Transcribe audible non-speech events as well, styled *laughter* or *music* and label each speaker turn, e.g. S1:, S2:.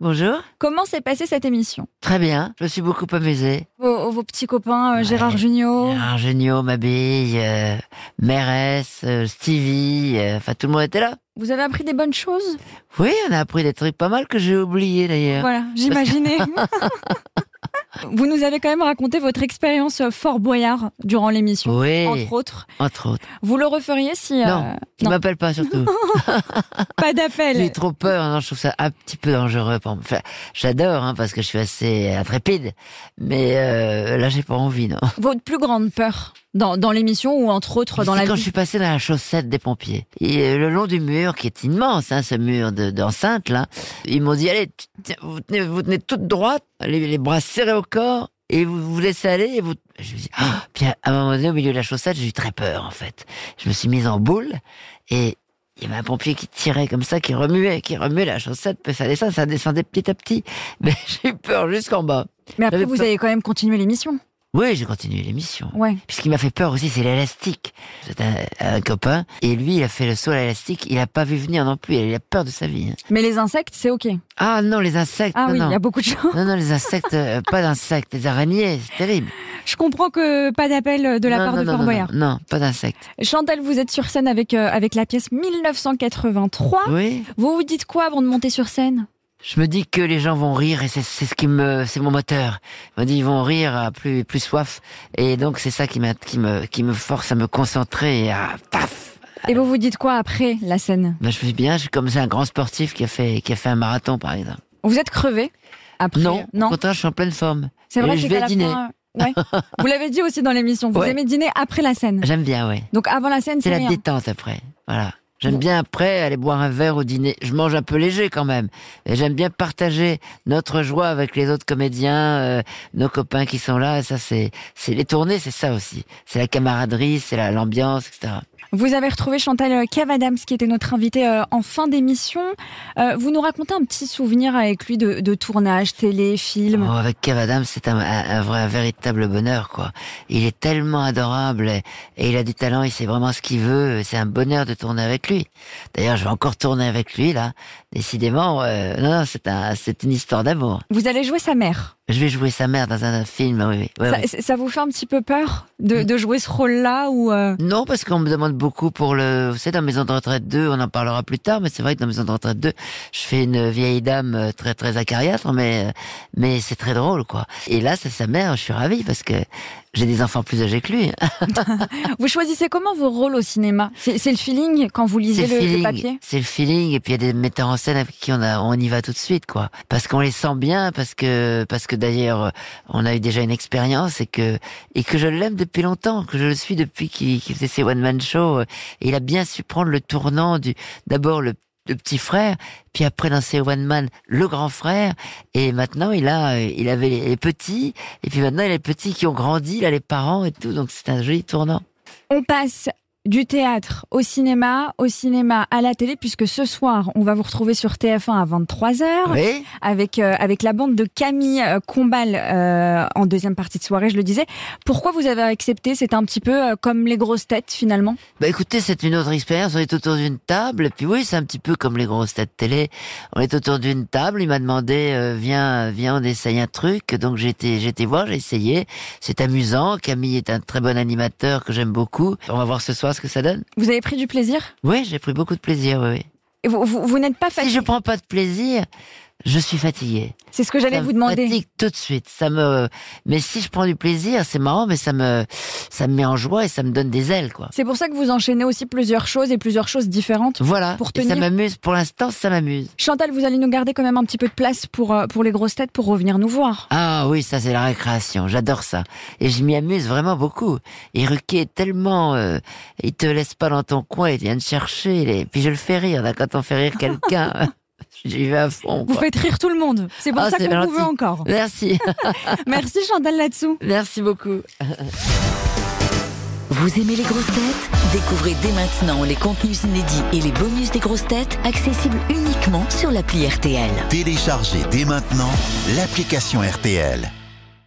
S1: Bonjour.
S2: Comment s'est passée cette émission
S1: Très bien. Je me suis beaucoup amusée.
S2: vos, vos petits copains euh,
S1: Ouais.
S2: Gérard Junior
S1: Argenio, Mabille, euh, Mérès, euh, Stevie, euh, enfin tout le monde était là.
S2: Vous avez appris des bonnes choses
S1: Oui, on a appris des trucs pas mal que j'ai oubliés d'ailleurs.
S2: Voilà,
S1: *laughs*
S2: j'imaginais. *laughs* Vous nous avez quand même raconté votre expérience euh, Fort Boyard durant l'émission,
S1: Oui,
S2: entre autres.
S1: entre autres.
S2: Vous le referiez si... euh,
S1: Non, Il
S2: non,
S1: m'appelle pas surtout.
S2: *laughs* pas
S1: J'ai
S2: d'appel.
S1: trop peur. Non, je trouve ça un petit peu dangereux. Pour... me- Enfin, J'adore hein, parce que je suis assez intrépide, mais euh, là j'ai pas envie. Non.
S2: Votre plus grande peur dans, dans l'émission ou entre autres dans
S1: C'est
S2: la
S1: quand
S2: vie
S1: je suis passée dans la chaussette des pompiers, et euh, le long du mur qui est immense, hein, ce mur de- d'enceinte là, ils m'ont dit allez, tu- tiens, vous tenez, vous tenez toute droite, les, les bras serrés au corps. Et vous vous laissez aller, et vous. Je me suis dit, Ah Puis à un moment donné, au milieu de la chaussette, j'ai eu très peur, en fait. Je me suis mise en boule, et il y avait un pompier qui tirait comme ça, qui remuait, qui remuait la chaussette, puis ça descend, ça descendait petit à petit. *laughs* Mais j'ai eu peur jusqu'en bas.
S2: Mais après,
S1: j'avais
S2: vous
S1: peur.
S2: avez quand même continué l'émission.
S1: Oui, j'ai continué l'émission.
S2: Ouais.
S1: Puis ce qui m'a fait peur aussi, c'est l'élastique. C'est un, un copain, et lui, il a fait le saut à l'élastique, il a pas vu venir non plus, il a peur de sa vie. hein.
S2: Mais les insectes, c'est OK.
S1: Ah non, les insectes,
S2: Ah
S1: non,
S2: oui, il
S1: non.
S2: y a beaucoup de choses.
S1: Non, non, les insectes, euh, pas d'insectes, les araignées, c'est terrible.
S2: *laughs* Je comprends que pas d'appel de la
S1: Non,
S2: part
S1: non,
S2: de
S1: non,
S2: Fort
S1: non,
S2: Boyard.
S1: non, non, pas d'insectes.
S2: Chantal, vous êtes sur scène avec, euh, avec la pièce 1983.
S1: Oui
S2: Vous vous dites quoi avant de monter sur scène
S1: Je me dis que les gens vont rire et c'est c'est ce qui me c'est mon moteur. Je me dis ils vont rire à plus plus soif et donc c'est ça qui m'a- qui me qui me force à me concentrer et à paf.
S2: Et vous vous dites quoi après la scène
S1: Ben, je me dis bien, je suis comme ça un grand sportif qui a fait qui a fait un marathon par exemple.
S2: Vous êtes crevé après
S1: Non, au contraire, je suis en pleine forme.
S2: c'est vrai,
S1: je
S2: c'est
S1: vais
S2: qu'à la
S1: dîner.
S2: fin, euh, ouais. vous l'avez dit aussi dans l'émission, vous
S1: Ouais.
S2: aimez dîner après la scène.
S1: J'aime bien, oui.
S2: Donc avant la scène,
S1: C'est
S2: c'est
S1: la
S2: rien.
S1: détente après. Voilà.
S2: Bon.
S1: J'aime bien après aller boire un verre au dîner. Je mange un peu léger quand même. Et j'aime bien partager notre joie avec les autres comédiens, euh, nos copains qui sont là. Ça, c'est, c'est les tournées, c'est ça aussi. C'est la camaraderie, c'est la- l'ambiance, etc.
S2: Vous avez retrouvé Chantal Cavadams, qui était notre invitée euh, en fin d'émission. Euh, vous nous racontez un petit souvenir avec lui de, de tournage, télé, film.
S1: Oh, avec Kev Adams, c'est un, un- un vrai, un véritable bonheur, quoi. Il est tellement adorable et, et il a du talent, il sait vraiment ce qu'il veut. C'est un bonheur de tourner avec lui. D'ailleurs, je vais encore tourner avec lui, là. Décidément, euh, non, non, c'est un, c'est une histoire d'amour.
S2: Vous allez jouer sa mère.
S1: Je vais jouer sa mère dans un, film, oui, oui. Ouais,
S2: ça,
S1: ouais.
S2: ça vous fait un petit peu peur de, de jouer ce rôle-là ou euh,
S1: Non, parce qu'on me demande beaucoup pour le... Vous savez, dans Maison de retraite 2, on en parlera plus tard, mais c'est vrai que dans Maison de retraite 2, je fais une vieille dame euh, très très acariâtre, mais euh, mais c'est très drôle, quoi. Et là, c'est sa mère, je suis ravie, parce que j'ai des enfants plus âgés que lui. hein.
S2: Vous choisissez comment vos rôles au cinéma C'est c'est le feeling quand vous lisez
S1: C'est
S2: le, le
S1: feeling.
S2: papier
S1: C'est le feeling. Et puis il y a des metteurs en scène avec qui on, a, on y va tout de suite, quoi. Parce qu'on les sent bien, parce que, parce que d'ailleurs, on a eu déjà une expérience et que, et que je l'aime depuis longtemps, que je le suis depuis qu'il qu'il faisait ses one-man shows. Et il a bien su prendre le tournant du, d'abord le le petit frère, puis après dans ses one man le grand frère, et maintenant il a, il avait les petits, et puis maintenant il a les petits qui ont grandi, il a les parents et tout, donc c'est un joli tournant.
S2: On passe du théâtre au cinéma, au cinéma à la télé, puisque ce soir, on va vous retrouver sur TF1 à 23h
S1: Oui.
S2: avec, euh, avec la bande de Camille euh, Combal euh, en deuxième partie de soirée, je le disais. Pourquoi vous avez accepté C'est un petit peu euh, comme les grosses têtes finalement.
S1: Bah écoutez, c'est une autre expérience. On est autour d'une table, et puis oui, c'est un petit peu comme les grosses têtes télé. On est autour d'une table. Il m'a demandé, euh, viens, viens, on essaye un truc. Donc j'étais, j'étais voir, j'ai essayé. C'est amusant. Camille est un très bon animateur que j'aime beaucoup. On va voir ce soir ce que ça donne.
S2: Vous avez pris du plaisir
S1: Oui, j'ai pris beaucoup de plaisir. Oui. oui.
S2: Et vous, vous, vous n'êtes pas
S1: Si je
S2: fatigué
S1: prends pas de plaisir, je suis fatigué.
S2: C'est ce que j'allais
S1: Ça
S2: vous
S1: me
S2: demander.
S1: fatigue tout de suite. Ça me, mais si je prends du plaisir, c'est marrant, mais ça me, ça me met en joie et ça me donne des ailes, quoi.
S2: C'est pour ça que vous enchaînez aussi plusieurs choses et plusieurs choses différentes.
S1: Voilà.
S2: Pour
S1: Et ça
S2: tenir.
S1: m'amuse. Pour l'instant, ça m'amuse.
S2: Chantal, vous allez nous garder quand même un petit peu de place pour, euh, pour les grosses têtes pour revenir nous voir.
S1: Ah oui, ça c'est la récréation, j'adore ça. Et je m'y amuse vraiment beaucoup. Et Ruquier est tellement... euh, il te laisse pas dans ton coin, il vient te chercher. Et puis je le fais rire, là, quand on fait rire
S2: *laughs*
S1: quelqu'un, j'y vais à fond.
S2: Vous
S1: quoi.
S2: faites rire tout le monde. C'est pour
S1: Ah,
S2: ça
S1: c'est
S2: qu'on vous
S1: gentil.
S2: veut
S1: *laughs*
S2: encore.
S1: Merci,
S2: Merci Chantal là-dessous.
S1: merci beaucoup.
S3: Vous aimez les grosses têtes Découvrez dès maintenant les contenus inédits et les bonus des grosses têtes accessibles uniquement sur l'appli RTL.
S4: Téléchargez dès maintenant l'application RTL.